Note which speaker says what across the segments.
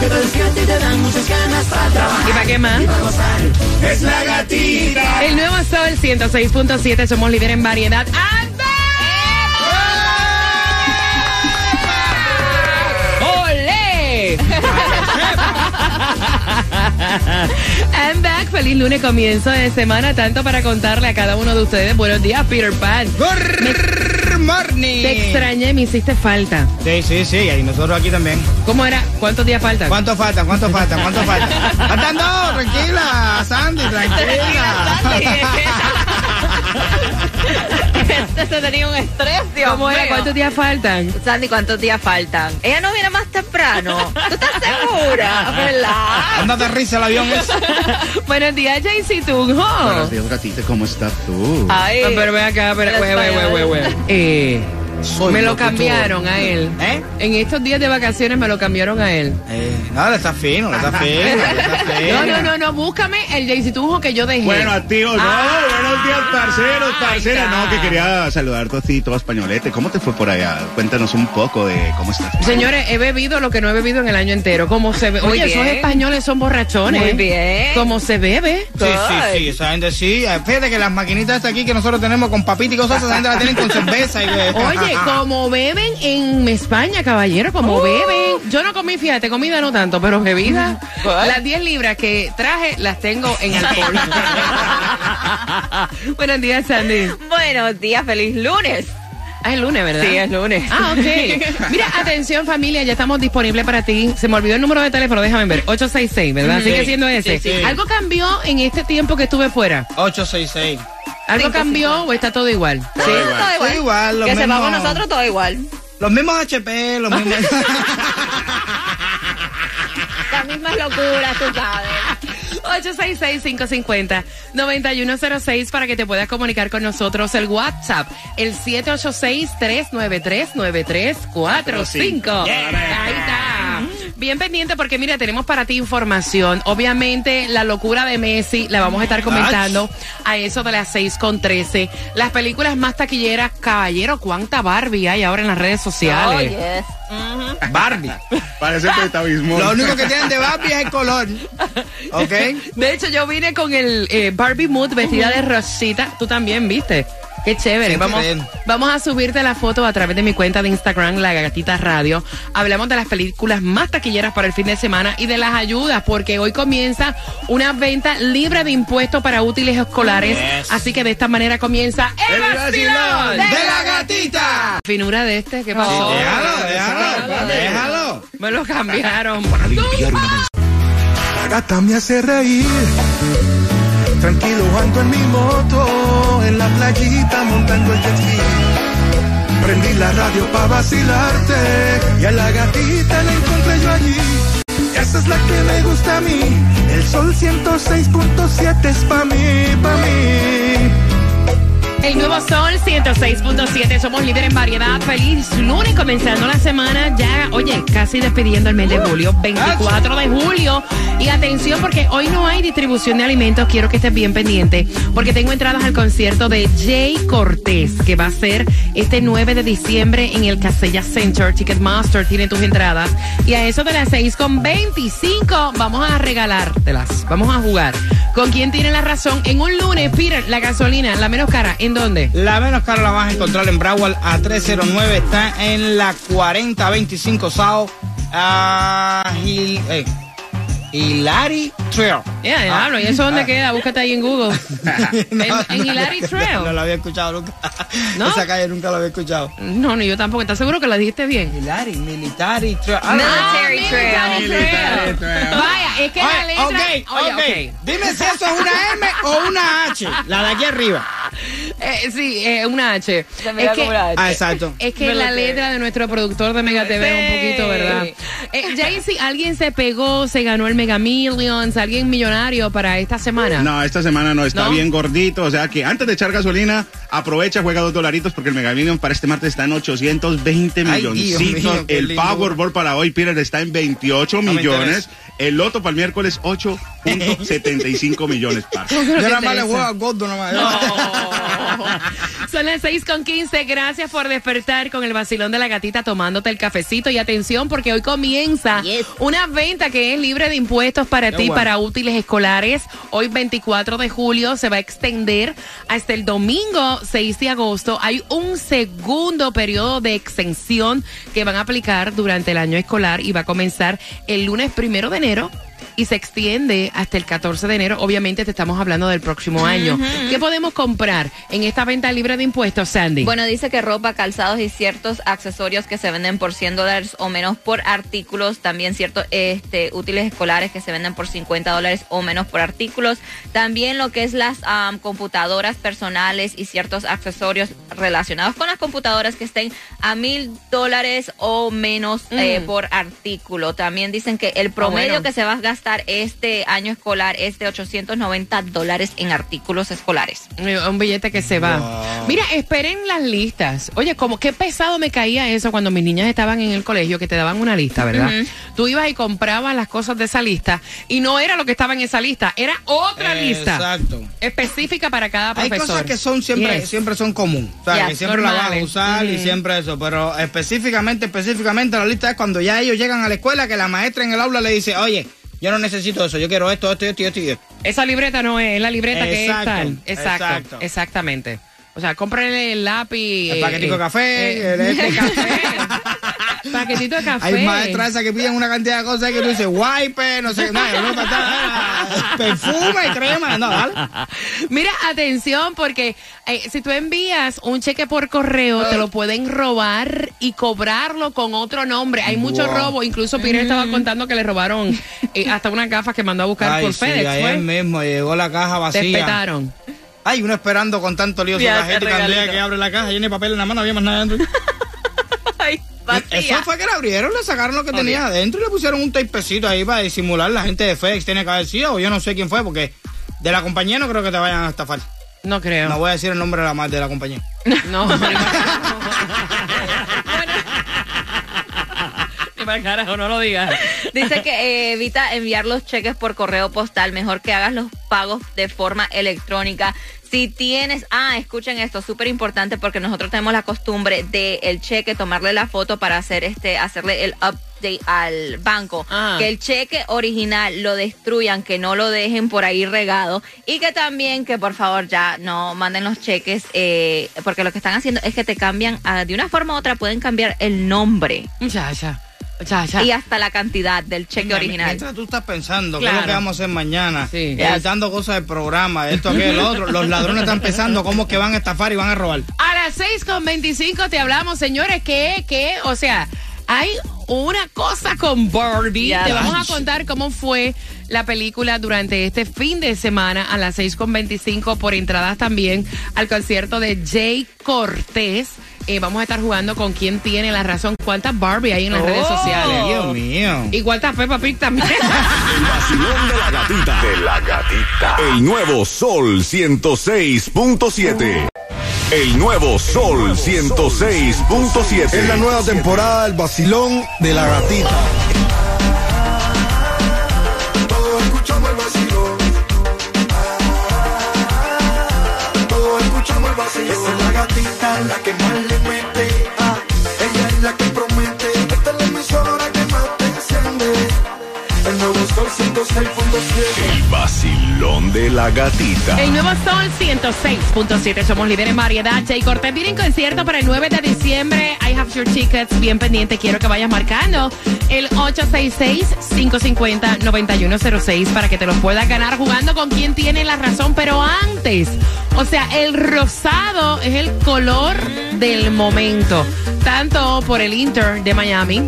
Speaker 1: Que te despierta y te dan muchas ganas para trabajar.
Speaker 2: ¿Y para qué más?
Speaker 1: Pa' gozar. Es la gatita.
Speaker 2: El nuevo sol 106.7, somos líder en variedad. ¡Anda! ¡Olé! I'm back, feliz lunes, comienzo de semana, tanto para contarle a cada uno de ustedes. Buenos días, Peter Pan.
Speaker 3: Good morning.
Speaker 2: Te extrañé, me hiciste falta.
Speaker 3: Sí, sí, sí, y nosotros aquí también.
Speaker 2: ¿Cómo era? ¿Cuántos días faltan?
Speaker 3: ¿Cuánto falta? ¿Cuánto falta? ¿Cuánto falta? Faltan dos, tranquila, Sandy, tranquila.
Speaker 4: Este se tenía un estrés, Dios
Speaker 2: ¿Cómo era?
Speaker 4: mío.
Speaker 2: ¿Cuántos días faltan?
Speaker 4: Sandy, ¿cuántos días faltan? Ella no viene más temprano. ¿Tú estás segura? ¿Verdad?
Speaker 3: Anda de risa el avión ese.
Speaker 2: Buenos días, Jaycee Tunjo. Eh,
Speaker 5: Buenos días, gatita, ¿cómo estás tú?
Speaker 4: Ay,
Speaker 2: No, Ah, pero ven acá, pero,
Speaker 4: el
Speaker 2: güey, güey, güey, güey, güey. Eh,
Speaker 5: Soy
Speaker 4: pues
Speaker 2: me lo
Speaker 5: locutor.
Speaker 2: cambiaron a él.
Speaker 3: ¿Eh?
Speaker 2: En estos días de vacaciones me lo cambiaron a él.
Speaker 3: Eh, no, le está fino, le está fino, le está fino.
Speaker 2: No, no, no, no, búscame el Jaycee Tunjo que yo dejé.
Speaker 5: Bueno, a ti, o no,
Speaker 2: Ah,
Speaker 5: buenos días, parceros,
Speaker 2: ahí
Speaker 5: parceras.
Speaker 2: está.
Speaker 5: No, que quería saludarte a ti, todo españolete. ¿Cómo te fue por allá? Cuéntanos un poco de cómo estás.
Speaker 2: Señores, he bebido lo que no he bebido en el año entero. Como se be-
Speaker 4: Muy
Speaker 2: Oye, esos
Speaker 4: bien.
Speaker 2: españoles son borrachones. ¿eh?
Speaker 4: Muy bien.
Speaker 2: Como se bebe.
Speaker 3: Sí, sí, sí, esa gente sí. Eh, Fíjate que las maquinitas estas aquí que nosotros tenemos con papita y cosas, esa gente la tienen con cerveza y
Speaker 2: Oye, como beben en España, caballero, como
Speaker 4: Uh.
Speaker 2: beben. Yo no comí, fíjate, comida no tanto, pero bebida. Las 10 libras que traje las tengo en alcohol. Buenos días, Sandy.
Speaker 4: Buenos días, feliz lunes.
Speaker 2: Ah, es lunes, ¿verdad?
Speaker 4: Sí, es lunes.
Speaker 2: Ah, ok. Mira, atención familia, ya estamos disponibles para ti. Se me olvidó el número de teléfono, déjame ver. 866, ¿verdad?
Speaker 3: Sí.
Speaker 2: Sigue siendo ese.
Speaker 3: Sí, sí.
Speaker 2: ¿Algo cambió en este tiempo que estuve fuera?
Speaker 3: 866.
Speaker 2: ¿Algo
Speaker 4: Cinco,
Speaker 2: cambió o está todo igual?
Speaker 4: Todo igual. Todo igual.
Speaker 3: Todo igual, lo
Speaker 4: que
Speaker 3: mismo.
Speaker 4: sepamos nosotros, todo igual.
Speaker 3: Los mismos HP, los mismos.
Speaker 4: Las mismas locuras, tú sabes.
Speaker 2: 866-550-9106 para que te puedas comunicar con nosotros. El WhatsApp, el 786-393-9345.
Speaker 3: Yeah.
Speaker 2: Ahí está. Bien pendiente porque mira, tenemos para ti información. Obviamente la locura de Messi la vamos a estar comentando a eso de las 6.13. con Las películas más taquilleras, caballero, cuánta Barbie hay ahora en las redes
Speaker 4: Oh,
Speaker 2: sociales.
Speaker 4: yes.
Speaker 3: Barbie.
Speaker 5: Parece petabismo.
Speaker 3: Lo único que tienen de Barbie es el color. ¿Ok?
Speaker 2: De hecho, yo vine con el eh, Barbie Mood vestida de Rosita. Tú también, ¿viste? Qué chévere.
Speaker 3: Sí,
Speaker 2: Vamos,
Speaker 3: bien.
Speaker 2: vamos a subirte la foto a través de mi cuenta de Instagram, La Gatita Radio. Hablamos de las películas más taquilleras para el fin de semana y de las ayudas, porque hoy comienza una venta libre de impuestos para útiles escolares.
Speaker 3: Yes.
Speaker 2: Así que de esta manera comienza el,
Speaker 5: El
Speaker 2: vacilón.
Speaker 5: vacilón
Speaker 2: De-
Speaker 3: la gatita.
Speaker 2: Finura de este, ¿qué pasó?
Speaker 3: Déjalo, déjalo,
Speaker 2: Vale.
Speaker 3: déjalo.
Speaker 2: Me lo cambiaron.
Speaker 6: La gata me hace reír. Tranquilo ando en mi moto, en la playita montando el jet ski. Prendí la radio pa' vacilarte y a la gatita la encontré yo allí. Esa es la que me gusta a mí. El sol 106.7 es pa' mí, pa' mí.
Speaker 2: El nuevo sol 106.7, somos líderes en variedad. Feliz lunes, comenzando la semana ya, oye, casi despidiendo el mes de julio, 24 de julio. Y atención, porque hoy no hay distribución de alimentos, quiero que estés bien pendiente, porque tengo entradas al concierto de Jay Cortés, que va a ser este 9 de diciembre en el Casella Center. Ticketmaster tiene tus entradas. Y a eso de las 6.25 vamos a regalártelas, vamos a jugar. ¿Con quién tiene la razón? En un lunes, Peter, la gasolina, la menos cara, ¿en dónde?
Speaker 3: La menos cara la vas a encontrar en Broward a 309. Está en la 4025 South. ah, Hil- eh, Hilary Trail.
Speaker 2: Eh, Ya, diablo, ¿y eso dónde queda? Búscate ahí en Google. en, en Hilary
Speaker 3: No
Speaker 2: Trail.
Speaker 3: la había escuchado nunca.
Speaker 2: ¿No?
Speaker 3: Esa calle nunca la había escuchado.
Speaker 2: No, ni yo tampoco. ¿Estás seguro que la dijiste bien?
Speaker 3: Hilary, Military Trail. Ah,
Speaker 4: No,
Speaker 3: no.
Speaker 4: Military Trail.
Speaker 2: Military
Speaker 5: Military Trail.
Speaker 2: Vaya, es que la letra...
Speaker 3: Oye,
Speaker 2: Oye,
Speaker 3: ok, ok. Dime si eso es una M o una H. La de aquí arriba.
Speaker 2: Eh, sí, eh, una H.
Speaker 4: Se mira
Speaker 2: Es que,
Speaker 4: como una H.
Speaker 3: Ah, exacto.
Speaker 2: es que la letra de nuestro productor de Mega TV es un poquito, ¿verdad? Eh, Jaycee, ¿alguien se pegó, se ganó el Mega Millions, alguien millonario para esta semana?
Speaker 5: No, esta semana no, está
Speaker 2: ¿No?
Speaker 5: bien gordito. O sea que antes de echar gasolina, aprovecha, juega dos dolaritos porque el Mega Million para este martes está en 820
Speaker 3: Ay, Dios
Speaker 5: milloncitos.
Speaker 3: mío, qué
Speaker 5: el
Speaker 3: lindo.
Speaker 5: Powerball para hoy, Peter, está en 28
Speaker 3: No me
Speaker 5: millones.
Speaker 3: interesa.
Speaker 5: El Loto para el miércoles, 8.75 millones. parce.
Speaker 2: Yo creo
Speaker 3: Yo
Speaker 2: que
Speaker 3: nada
Speaker 2: te
Speaker 3: más le
Speaker 2: hizo.
Speaker 3: juego a Gordo nomás.
Speaker 2: Son las 6 con 15. Gracias por despertar con el vacilón de la gatita tomándote el cafecito. Y atención, porque hoy comienza
Speaker 4: Yes.
Speaker 2: una venta que es libre de impuestos para
Speaker 3: Qué
Speaker 2: ti,
Speaker 3: bueno.
Speaker 2: para útiles escolares. Hoy, 24 de julio, se va a extender hasta el domingo 6 de agosto. Hay un segundo periodo de exención que van a aplicar durante el año escolar y va a comenzar el lunes primero de enero. Y se extiende hasta el 14 de enero. Obviamente te estamos hablando del próximo año. ¿Qué podemos comprar en esta venta libre de impuestos, Sandy?
Speaker 4: Bueno, dice que ropa, calzados y ciertos accesorios que se venden por 100 dólares o menos por artículos. También ciertos este, útiles escolares que se venden por 50 dólares o menos por artículos. También lo que es las am, computadoras personales y ciertos accesorios relacionados con las computadoras que estén a mil dólares o menos eh, por artículo. También dicen que el promedio
Speaker 2: bueno.
Speaker 4: que se va a gastar este año escolar es de 890 dólares en artículos escolares.
Speaker 2: Eh, Un billete que se va. Mira, esperen las listas. Oye, como qué pesado me caía eso cuando mis niñas estaban en el colegio, que te daban una lista, ¿verdad? Tú ibas y comprabas las cosas de esa lista y no era lo que estaba en esa lista, era otra lista
Speaker 3: Exacto.
Speaker 2: específica para cada
Speaker 3: Hay
Speaker 2: profesor.
Speaker 3: cosas que son siempre,
Speaker 2: Yes.
Speaker 3: siempre son común, o sea,
Speaker 4: Ya,
Speaker 3: que siempre la vas a
Speaker 2: normales.
Speaker 3: usar y siempre eso, pero específicamente, específicamente la lista es cuando ya ellos llegan a la escuela que la maestra en el aula le dice, oye, yo no necesito eso, yo quiero esto, esto, esto, y esto y esto.
Speaker 2: Esa libreta no es, es la libreta
Speaker 3: Exacto,
Speaker 2: que es tal. Exacto,
Speaker 3: exacto.
Speaker 2: exactamente. O sea, cómprenle el lápiz. eh,
Speaker 3: El paquetico de café, el este, el
Speaker 2: café. paquetito de café.
Speaker 3: Hay maestras esas que piden una cantidad de cosas que tú dices, wipe, no sé, qué más, no, patada, perfume, crema, no, dale.
Speaker 2: Mira, atención, porque eh, si tú envías un cheque por correo, te lo
Speaker 3: Ah.
Speaker 2: pueden robar y cobrarlo con otro nombre. Hay mucho
Speaker 3: Wow.
Speaker 2: robo. Incluso Peter estaba contando que le robaron eh, hasta una gafas que mandó a buscar
Speaker 3: Ay,
Speaker 2: por
Speaker 3: sí,
Speaker 2: FedEx. pues.
Speaker 3: ayer
Speaker 2: ¿fue?
Speaker 3: mismo llegó la caja
Speaker 2: Te
Speaker 3: vacía.
Speaker 2: espetaron.
Speaker 3: Ay, uno esperando con tanto lío su
Speaker 4: Ya,
Speaker 3: cajeta y
Speaker 4: el
Speaker 3: candela
Speaker 4: regalito.
Speaker 3: que abre la caja, llena de papel en la mano, no había más nada adentro.
Speaker 4: Ay,
Speaker 3: Eso fue que la abrieron, le sacaron lo que tenía adentro y le pusieron un tapecito ahí para disimular la gente de FedEx. Tiene que haber sido, o yo no sé quién fue, porque de la compañía no creo que te vayan a estafar.
Speaker 2: No creo.
Speaker 3: No voy a decir el nombre de la, ma- de la compañía.
Speaker 2: No. Bueno. Carajo, no lo digas.
Speaker 4: Dice que eh, evita enviar los cheques por correo postal, mejor que hagas los pagos de forma electrónica. Si tienes, ah, escuchen esto, súper importante porque nosotros tenemos la costumbre de el cheque tomarle la foto para hacer este, hacerle el update al banco,
Speaker 2: Ah.
Speaker 4: que el cheque original lo destruyan, que no lo dejen por ahí regado y que también que por favor ya no manden los cheques eh, porque lo que están haciendo es que te cambian ah, de una forma u otra pueden cambiar el nombre
Speaker 2: Muchacha. Muchacha.
Speaker 4: y hasta la cantidad del cheque original.
Speaker 3: Mientras tú estás pensando qué es
Speaker 2: Claro.
Speaker 3: lo que vamos a hacer mañana,
Speaker 2: Sí.
Speaker 3: editando cosas del programa, esto, aquel, lo otro, los ladrones están pensando cómo es que van a estafar y van a robar.
Speaker 2: A las 6 con 25 te hablamos, señores, que, que, o sea, hay una cosa con Barbie.
Speaker 4: Ya
Speaker 2: te
Speaker 4: va.
Speaker 2: vamos a contar cómo fue la película durante este fin de semana a las 6 con 25 por entradas también al concierto de Jay Cortés. Eh, vamos a estar jugando con quién tiene la razón, cuántas Barbie hay en las redes sociales.
Speaker 3: Dios mío.
Speaker 2: Y cuántas Peppa Pig también.
Speaker 7: El vacilón de la gatita.
Speaker 8: De la gatita.
Speaker 7: El nuevo Sol 106.7. El nuevo Sol 106.7.
Speaker 6: Es la nueva temporada del vacilón de la gatita. Todos escuchamos el vacilón. Todos escuchamos el vacilón. Esa es la gatita, la que más le mete. Ah, ella es la que promete. Esta es la emisora que más te enciende. El nuevo sol 106.7.
Speaker 7: El vacilón de la gatita.
Speaker 2: El nuevo Sol 106.7, somos líderes en variedad. Jay Cortés viene en concierto para el 9 de diciembre. I have your tickets, bien pendiente, quiero que vayas marcando el 866-550-9106 para que te los puedas ganar jugando con quien tiene la razón, pero antes, o sea, el rosado es el color del momento, tanto por el Inter de Miami.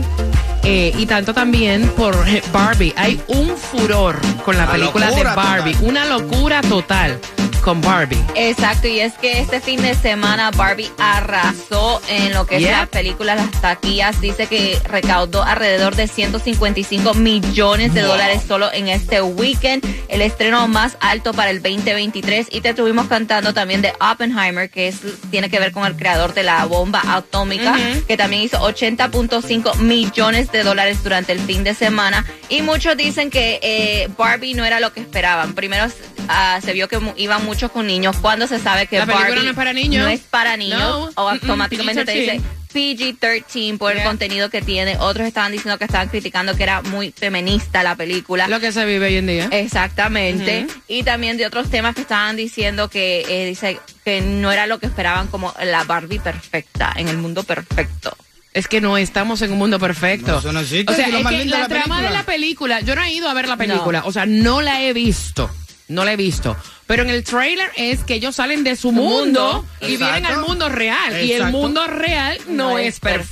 Speaker 2: eh, y tanto también por Barbie. Hay un furor con la
Speaker 3: La
Speaker 2: película de
Speaker 3: locura
Speaker 2: Barbie.
Speaker 3: total.
Speaker 2: Una locura total con Barbie.
Speaker 4: Exacto, y es que este fin de semana Barbie arrasó en lo que
Speaker 2: Yep.
Speaker 4: es las películas, las taquillas. Dice que recaudó alrededor de 155 millones de dólares solo en este weekend. El estreno más alto para el 2023. Y te estuvimos cantando también de Oppenheimer, que es, tiene que ver con el creador de la bomba atómica, que también hizo 80.5 millones de dólares durante el fin de semana. Y muchos dicen que eh, Barbie no era lo que esperaban. Primero ah, se vio que mu- iban muchos con niños. Cuando se sabe que
Speaker 2: La película
Speaker 4: Barbie
Speaker 2: no es para niños.
Speaker 4: no es para niños,
Speaker 2: No.
Speaker 4: o
Speaker 2: Mm-mm,
Speaker 4: automáticamente te dice PG-13 por
Speaker 2: Yeah.
Speaker 4: el contenido que tiene. Otros estaban diciendo que estaban criticando que era muy feminista la película.
Speaker 2: Lo que se vive hoy en día.
Speaker 4: Exactamente. Y también de otros temas que estaban diciendo que eh, dice que no era lo que esperaban como la Barbie perfecta, en el mundo perfecto.
Speaker 2: Es que no estamos en un mundo perfecto.
Speaker 3: No, eso no existe,
Speaker 2: O sea,
Speaker 3: es lo
Speaker 2: es
Speaker 3: más
Speaker 2: que
Speaker 3: lindo de
Speaker 2: la,
Speaker 3: la
Speaker 2: trama
Speaker 3: película.
Speaker 2: de la película, yo no he ido a ver la película, o sea, no la he visto. No la he visto. Pero en el trailer es que ellos salen de su mundo,
Speaker 4: mundo.
Speaker 2: y
Speaker 3: Exacto.
Speaker 2: vienen al mundo real. Y el
Speaker 3: Exacto.
Speaker 2: mundo real no,
Speaker 4: No
Speaker 2: es
Speaker 4: es perfecto.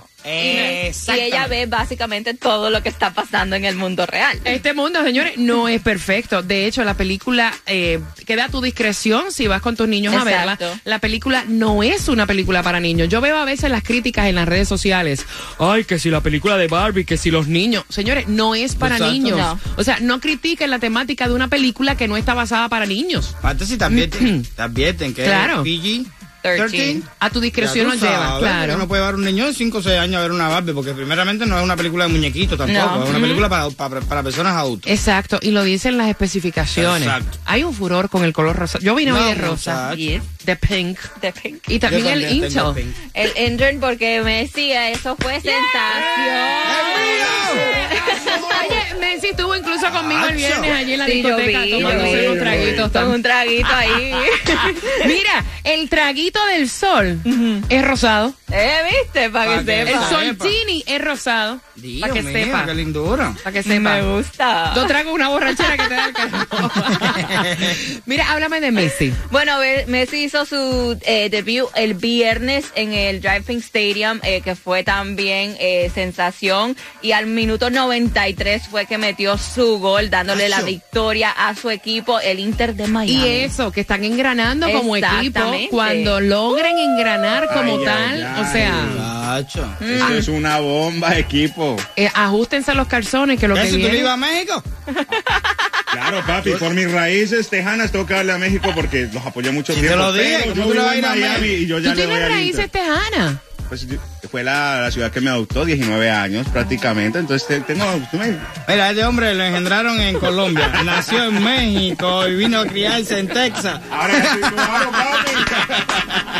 Speaker 2: perfecto.
Speaker 4: Y
Speaker 3: Exactamente.
Speaker 4: ella ve básicamente todo lo que está pasando en el mundo real.
Speaker 2: Este mundo, señores, no es perfecto. De hecho, la película eh, queda a tu discreción si vas con tus niños a
Speaker 4: Exacto.
Speaker 2: verla. La película no es una película para niños. Yo veo a veces las críticas en las redes sociales. Ay, que si la película de Barbie, que si los niños. Señores, no es para
Speaker 3: Exacto.
Speaker 2: niños.
Speaker 4: No.
Speaker 2: O sea, no critiquen la temática de una película que no está basada para niños.
Speaker 3: Aparte si te advierten, te advierten que
Speaker 2: Claro.
Speaker 3: es PG.
Speaker 4: 13.
Speaker 2: A tu discreción
Speaker 3: Ya
Speaker 2: lo
Speaker 3: tú
Speaker 2: lleva,
Speaker 3: sabes,
Speaker 2: claro.
Speaker 3: No puede llevar un niño de 5 o 6 años a ver una Barbie, porque primeramente no es una película de muñequitos tampoco,
Speaker 4: No.
Speaker 3: es una película para, para, para personas adultas.
Speaker 2: Exacto, y lo dicen las especificaciones.
Speaker 3: Exacto.
Speaker 2: Hay un furor con el color rosa. Yo vine hoy
Speaker 3: No,
Speaker 2: de rosa,
Speaker 3: muchacho.
Speaker 4: Yes.
Speaker 2: de pink,
Speaker 4: The pink.
Speaker 2: y también,
Speaker 3: Yo
Speaker 2: el
Speaker 3: también
Speaker 2: Intel.
Speaker 3: tengo pink.
Speaker 4: El intern porque me decía, eso fue sensación.
Speaker 2: Oye, Messi estuvo incluso conmigo el
Speaker 3: Acho.
Speaker 2: viernes allí en la
Speaker 4: Sí, yo
Speaker 2: discoteca
Speaker 4: vi, yo
Speaker 2: tomándose
Speaker 4: vi.
Speaker 2: unos traguitos.
Speaker 4: Con un traguito ahí.
Speaker 2: Mira, el traguito del sol es rosado.
Speaker 4: ¿Eh? ¿Viste? Para
Speaker 3: Pa'
Speaker 4: que
Speaker 3: que
Speaker 2: El
Speaker 3: Ah, Epa.
Speaker 4: sepa.
Speaker 2: soltini es rosado.
Speaker 3: Dios
Speaker 2: Para que
Speaker 3: mío,
Speaker 2: sepa.
Speaker 3: qué lindura.
Speaker 2: Para que sepa.
Speaker 4: Me gusta.
Speaker 2: Yo trago una borrachera que te da el carajo. Mira, háblame de Messi.
Speaker 4: Bueno, Be- Messi hizo su eh, debut el viernes en el Driving Stadium, eh, que fue también eh, sensación. Y al minuto 93 fue que metió su gol, dándole la
Speaker 3: Nacho.
Speaker 4: victoria a su equipo, el Inter de Miami.
Speaker 2: Y eso, que están engranando como equipo.
Speaker 4: Exactamente.
Speaker 2: Cuando logren engranar como
Speaker 5: Ay,
Speaker 2: tal,
Speaker 5: ay,
Speaker 2: o sea,
Speaker 3: Gacho.
Speaker 5: Eso es una bomba de equipo.
Speaker 2: eh, ajustense los calzones que lo que
Speaker 3: ¿Ese tú
Speaker 2: viene...
Speaker 3: le ibas a México?
Speaker 5: Claro, papi, por mis raíces tejanas tengo que darle a México porque los apoyé mucho
Speaker 3: Si te
Speaker 5: tiempo.
Speaker 3: lo dije,
Speaker 5: pero
Speaker 3: ¿cómo tú
Speaker 5: yo
Speaker 3: le
Speaker 5: vivo
Speaker 3: vas a
Speaker 5: en
Speaker 3: ir a
Speaker 5: Miami
Speaker 3: México?
Speaker 5: y yo
Speaker 2: Tú
Speaker 5: ya le voy
Speaker 2: tienes
Speaker 5: al
Speaker 2: raíces
Speaker 5: Inter.
Speaker 2: tejana.
Speaker 5: Pues, yo- fue la, la ciudad que me adoptó, 19 años prácticamente, entonces te- tengo... tú me-
Speaker 3: Mira, este hombre lo engendraron en Colombia, nació en México y vino a criarse en Texas.
Speaker 5: Ahora ya soy cubano, papi.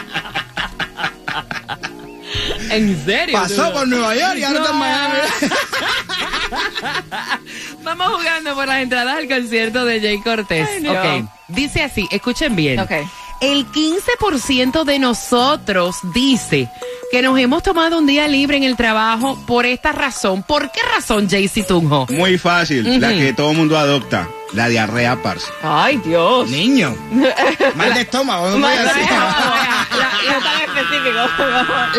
Speaker 2: ¿En serio?
Speaker 3: Pasó por Nueva York y ahora está en Miami.
Speaker 2: Vamos jugando por las entradas al concierto de Jay Cortés.
Speaker 4: Ay, no.
Speaker 2: Ok. Dice así, escuchen bien.
Speaker 4: Ok.
Speaker 2: El 15% de nosotros dice que nos hemos tomado un día libre en el trabajo por esta razón. ¿Por qué razón, Jaycee Tunjo?
Speaker 5: Muy fácil, la
Speaker 2: Ujú.
Speaker 5: que todo mundo adopta, la diarrea, parce.
Speaker 4: Ay, Dios.
Speaker 3: Niño, mal de estómago, no voy a decir.
Speaker 2: Vea, la- la-
Speaker 4: No tan específico.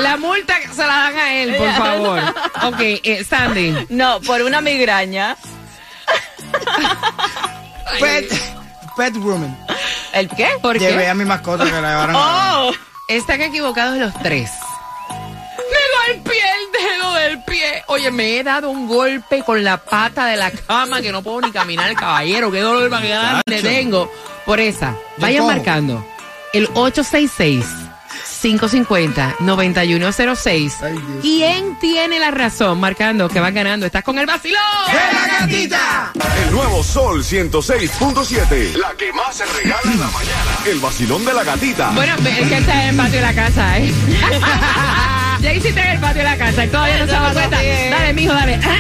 Speaker 2: La multa se la dan a él, por favor. Ok, eh, Sandy.
Speaker 4: No, por una migraña.
Speaker 3: Pet, pet woman.
Speaker 4: ¿El qué?
Speaker 2: ¿Por
Speaker 3: Llevé
Speaker 2: qué?
Speaker 3: a mi mascota que la llevaron. a-
Speaker 4: Oh.
Speaker 2: Están equivocados los tres. Me golpeé el dedo del pie. Oye, me he dado un golpe con la pata de la cama que no puedo ni caminar, caballero. Qué dolor más grande
Speaker 3: Chacho.
Speaker 2: tengo. Por esa,
Speaker 3: Yo
Speaker 2: vayan
Speaker 3: cojo.
Speaker 2: marcando el 866. 550-9106. ¿Quién tiene la razón? Marcando que van ganando. Estás con el vacilón.
Speaker 7: El nuevo Sol 106.7. La que más se regala en la mañana. El vacilón de la gatita.
Speaker 2: Bueno, es que está en el patio de la casa, ¿eh? ya hiciste en el patio de la casa y todavía no se ha dado cuenta. Dale, mijo, dale. Ah,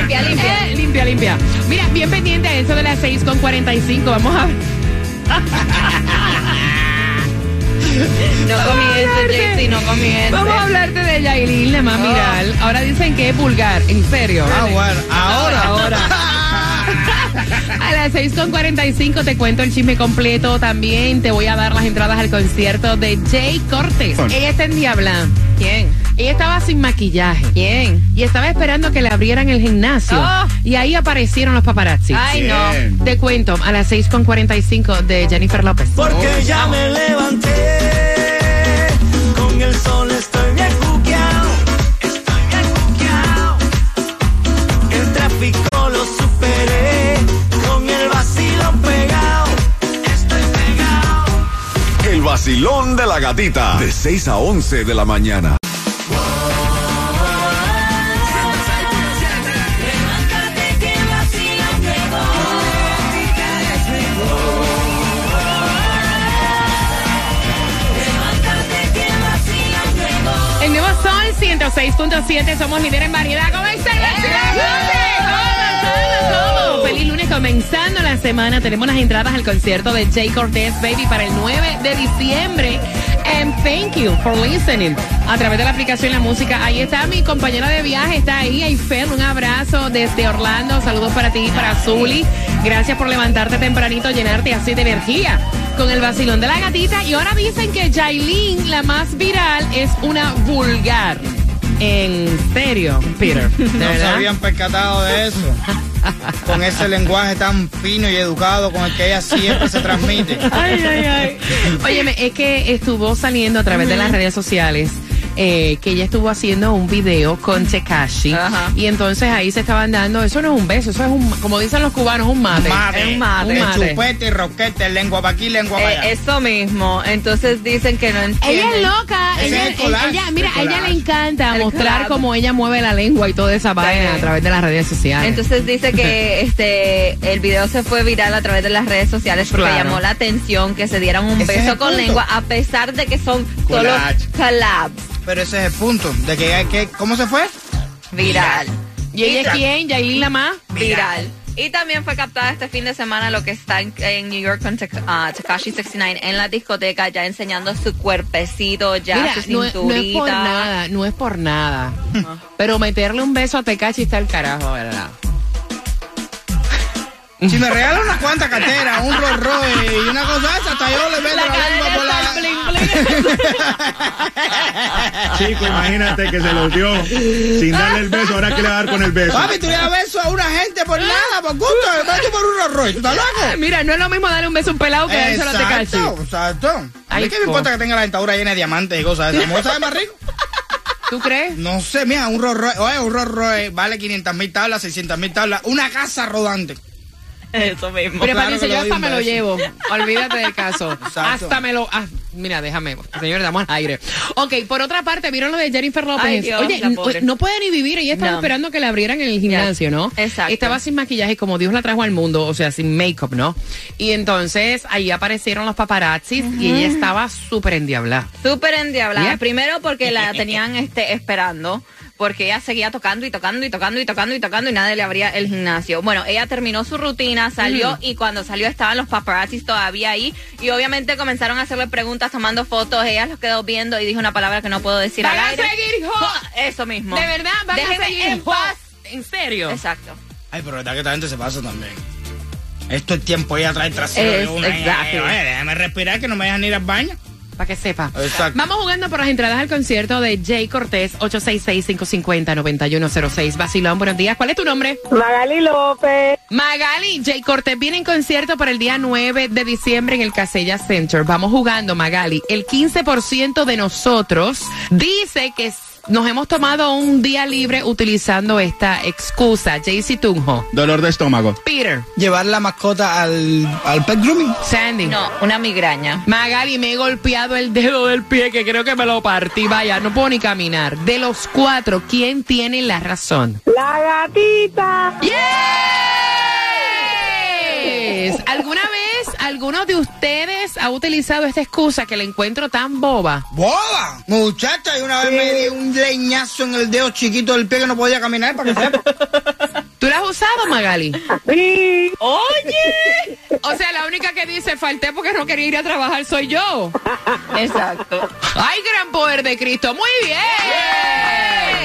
Speaker 4: Limpia, limpia.
Speaker 2: Eh, limpia, limpia. Mira, bien pendiente a eso de las 6 con 45. Vamos a
Speaker 4: No comience, Jaycee, no comience.
Speaker 2: Vamos a hablarte de Yailin, la
Speaker 4: Ah.
Speaker 2: más viral. Ahora dicen que es vulgar, en serio.
Speaker 3: Ah, bueno, ahora.
Speaker 2: A las 6.45 te cuento el chisme completo también. Te voy a dar las entradas al al concierto de Jay Cortés.
Speaker 5: Bueno.
Speaker 2: Ella está en Diabla.
Speaker 4: ¿Quién?
Speaker 2: Ella estaba sin maquillaje.
Speaker 4: ¿Quién?
Speaker 2: Y estaba esperando que le abrieran el gimnasio.
Speaker 4: Oh.
Speaker 2: Y ahí aparecieron los paparazzi.
Speaker 4: Ay, no.
Speaker 5: Bien.
Speaker 2: Te cuento, a las 6.45 de Jennifer López.
Speaker 1: Porque ya me levanté, con el sol estoy bien juqueado, estoy bien juqueado. El tráfico lo superé, con el vacilón pegado, estoy pegado.
Speaker 7: El vacilón de la gatita. De 6 a 11 de la mañana.
Speaker 2: El nuevo Sol 106.7, somos líderes en variedad. ¿Cómo están las chicas? Todo, todo, todo. Feliz lunes comenzando la semana. Tenemos las entradas al concierto de Jay Cortez Baby para el 9 de diciembre. And thank you for listening. A través de la aplicación La Música. Ahí está mi compañera de viaje, está ahí, Eiffel. Un abrazo desde Orlando. Saludos para ti y para Zuli. Gracias por levantarte tempranito, llenarte así de energía con el vacilón de la gatita. Y ahora dicen que Jailin, la más viral, es una vulgar. En serio, Peter. ¿De
Speaker 3: No se
Speaker 2: verdad?
Speaker 3: habían percatado de eso. Con ese lenguaje tan fino y educado con el que ella siempre se transmite.
Speaker 2: Ay, ay, ay. Óyeme, es que estuvo saliendo a través de las redes sociales. eh, que ella estuvo haciendo un video con Tekashi
Speaker 4: Ajá.
Speaker 2: y entonces ahí se estaban dando eso no es un beso eso es un como dicen los cubanos un mate,
Speaker 3: Mate.
Speaker 2: es un mate,
Speaker 3: El
Speaker 2: un mate.
Speaker 3: chupete, roquete, lengua pa' aquí, lengua para allá.
Speaker 4: Eh, eso mismo. Entonces dicen que no entienden.
Speaker 2: Ella es loca.
Speaker 3: Ese
Speaker 2: Ella,
Speaker 3: es el collage,
Speaker 2: ella-
Speaker 3: el
Speaker 2: mira, a ella le
Speaker 3: collage.
Speaker 2: encanta
Speaker 4: El
Speaker 2: mostrar
Speaker 4: collage.
Speaker 2: cómo ella mueve la lengua y toda esa vaina a través de las redes sociales.
Speaker 4: Entonces dice que este el video se fue viral a través de las redes sociales porque
Speaker 2: Claro.
Speaker 4: llamó la atención que se dieran un
Speaker 3: Ese es
Speaker 4: beso
Speaker 3: el
Speaker 4: con
Speaker 3: punto.
Speaker 4: lengua a pesar de que son
Speaker 5: Collage.
Speaker 4: solo collabs
Speaker 3: Pero ese es el punto. De que, hay que ¿Cómo se fue?
Speaker 4: viral.
Speaker 2: ¿Y ella es quién? ¿Yailin la más?
Speaker 4: viral. Y también fue captada este fin de semana lo que está en, en New York con Tek- ah, Tekashi 69 en la discoteca, ya enseñando su cuerpecito, ya
Speaker 2: Mira,
Speaker 4: su
Speaker 2: no, es- no es por
Speaker 4: cinturita.
Speaker 2: nada, no es por nada. Pero meterle un beso a Tecachi está el carajo, ¿verdad?
Speaker 3: Si me regalan unas cuantas carteras, un Rolls Royce y una cosa esa, hasta yo le vendo la, lengua por la...
Speaker 5: Chico, imagínate que se los dio sin darle el beso. Ahora que le va a dar con el beso.
Speaker 3: Papi, tú le das beso a una gente por nada, por gusto. Pero tú por un Rolls Royce, ¿tú estás loco?
Speaker 2: Mira, no es lo mismo darle un beso a un pelado que dárselo a Tecachi.
Speaker 3: Exacto, exacto. A
Speaker 2: Ay,
Speaker 3: mí que me
Speaker 2: po.
Speaker 3: importa que tenga la dentadura llena de diamantes y cosas de esas. ¿Cómo sabe más rico?
Speaker 2: ¿Tú crees?
Speaker 3: No sé, mira, un Rolls Royce, oye, un Rolls Royce vale 500 mil tablas, 600 mil tablas, una casa rodante.
Speaker 4: Eso mismo.
Speaker 2: Mira,
Speaker 3: claro que
Speaker 2: Patricia, yo
Speaker 3: le doy
Speaker 2: hasta
Speaker 3: un
Speaker 2: me lo
Speaker 3: beso.
Speaker 2: llevo. Olvídate del caso.
Speaker 3: Exacto.
Speaker 2: Hasta me lo. ah, mira, déjame. Señor, damos al aire. Ok, por otra parte, vieron lo de Jennifer López.
Speaker 4: Ay, Dios,
Speaker 2: Oye,
Speaker 4: la
Speaker 2: n-
Speaker 4: pobre.
Speaker 2: no puede ni vivir. Ella estaba
Speaker 4: No.
Speaker 2: esperando que le abrieran el gimnasio, ¿no?
Speaker 4: Exacto.
Speaker 2: Estaba sin maquillaje, como Dios la trajo al mundo, o sea, sin make-up, ¿no? Y entonces ahí aparecieron los paparazzis y ella estaba súper endiablada.
Speaker 4: Súper endiablada.
Speaker 2: Yep.
Speaker 4: Primero porque la tenían este, esperando. Porque ella seguía tocando y tocando y tocando y tocando y tocando y nadie le abría el gimnasio. Bueno, ella terminó su rutina, salió y cuando salió estaban los paparazzis todavía ahí y obviamente comenzaron a hacerle preguntas, tomando fotos. Ella los quedó viendo y dijo una palabra que no puedo decir
Speaker 2: Van
Speaker 4: al
Speaker 2: a
Speaker 4: aire.
Speaker 2: seguir, jo-
Speaker 4: Eso mismo.
Speaker 2: De verdad, van
Speaker 4: Déjeme
Speaker 2: a seguir
Speaker 4: en paz.
Speaker 2: ¿En serio?
Speaker 4: Exacto.
Speaker 3: Ay, pero verdad que esta gente se pasa también. Esto es tiempo, ella trae trasero
Speaker 4: Es-
Speaker 3: de una. y-
Speaker 4: exacto.
Speaker 3: y- oye, déjame respirar que no me dejan ir al baño.
Speaker 2: Para que sepa.
Speaker 3: Exacto.
Speaker 2: Vamos jugando por las entradas al concierto de Jay Cortés, 866-550-9106. Basilón, buenos días. ¿Cuál es tu nombre?
Speaker 8: Magali López.
Speaker 2: Magali, Jay Cortés viene en concierto para el día 9 de diciembre en el Casella Center. Vamos jugando, Magali. El 15% de nosotros dice que s- nos hemos tomado un día libre utilizando esta excusa. Jaycee Tunjo.
Speaker 5: Dolor de estómago.
Speaker 2: Peter.
Speaker 3: Llevar la mascota al, al pet grooming.
Speaker 2: Sandy.
Speaker 4: No, una migraña.
Speaker 2: Magali, me he golpeado el dedo del pie que creo que me lo partí. Vaya, no puedo ni caminar. De los cuatro, ¿quién tiene la razón?
Speaker 8: La gatita.
Speaker 2: ¡Yes! ¿Alguna vez alguno de ustedes ha utilizado esta excusa que le encuentro tan boba?
Speaker 3: ¡Boba! Muchacha, y una vez me di un leñazo en el dedo chiquito del pie que no podía caminar para que sepa.
Speaker 2: ¿Tú la has usado, Magali?
Speaker 8: Sí.
Speaker 2: ¡Oye! O sea, la única que dice falté porque no quería ir a trabajar soy yo.
Speaker 4: Exacto.
Speaker 2: ¡Ay, gran poder de Cristo! ¡Muy bien!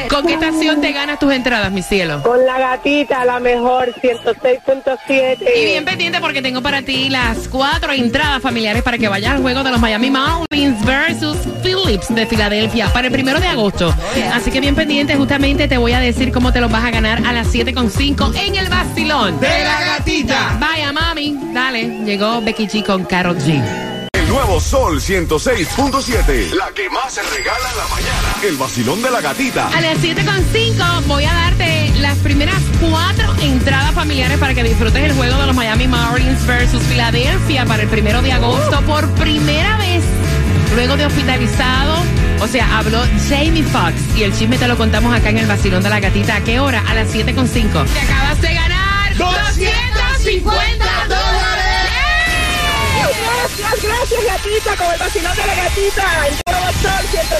Speaker 2: ¿Con qué estación te ganas tus entradas, mi cielo?
Speaker 8: Con la gatita, la mejor, 106.7.
Speaker 2: Y bien pendiente porque tengo para ti las cuatro entradas familiares para que vayas al juego de los Miami Marlins versus Phillips de Filadelfia para el primero de agosto. Así que bien pendiente, justamente te voy a decir cómo te los vas a ganar a las 7.5 en el Bastilón.
Speaker 3: De la gatita.
Speaker 2: Vaya, mami. Dale, llegó Becky G con Carol G.
Speaker 7: El nuevo Sol 106.7. La que más se regala en la mañana. El vacilón de la gatita.
Speaker 2: A las 7.5 voy a darte las primeras cuatro entradas familiares para que disfrutes el juego de los Miami Marlins versus Filadelfia para el primero de agosto por primera vez luego de hospitalizado. O sea, habló Jamie Foxx y el chisme te lo contamos acá en el vacilón de la gatita. ¿A qué hora? A las 7.5. Te acabas de ganar 250
Speaker 8: Gracias, gracias, gatita, con el vacilón de la gatita. El nuevo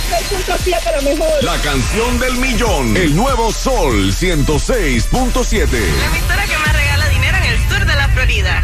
Speaker 8: sol, 106.7, la mejor.
Speaker 7: La canción del millón. El nuevo Sol 106.7.
Speaker 9: La emisora que más regala dinero en el sur de la Florida.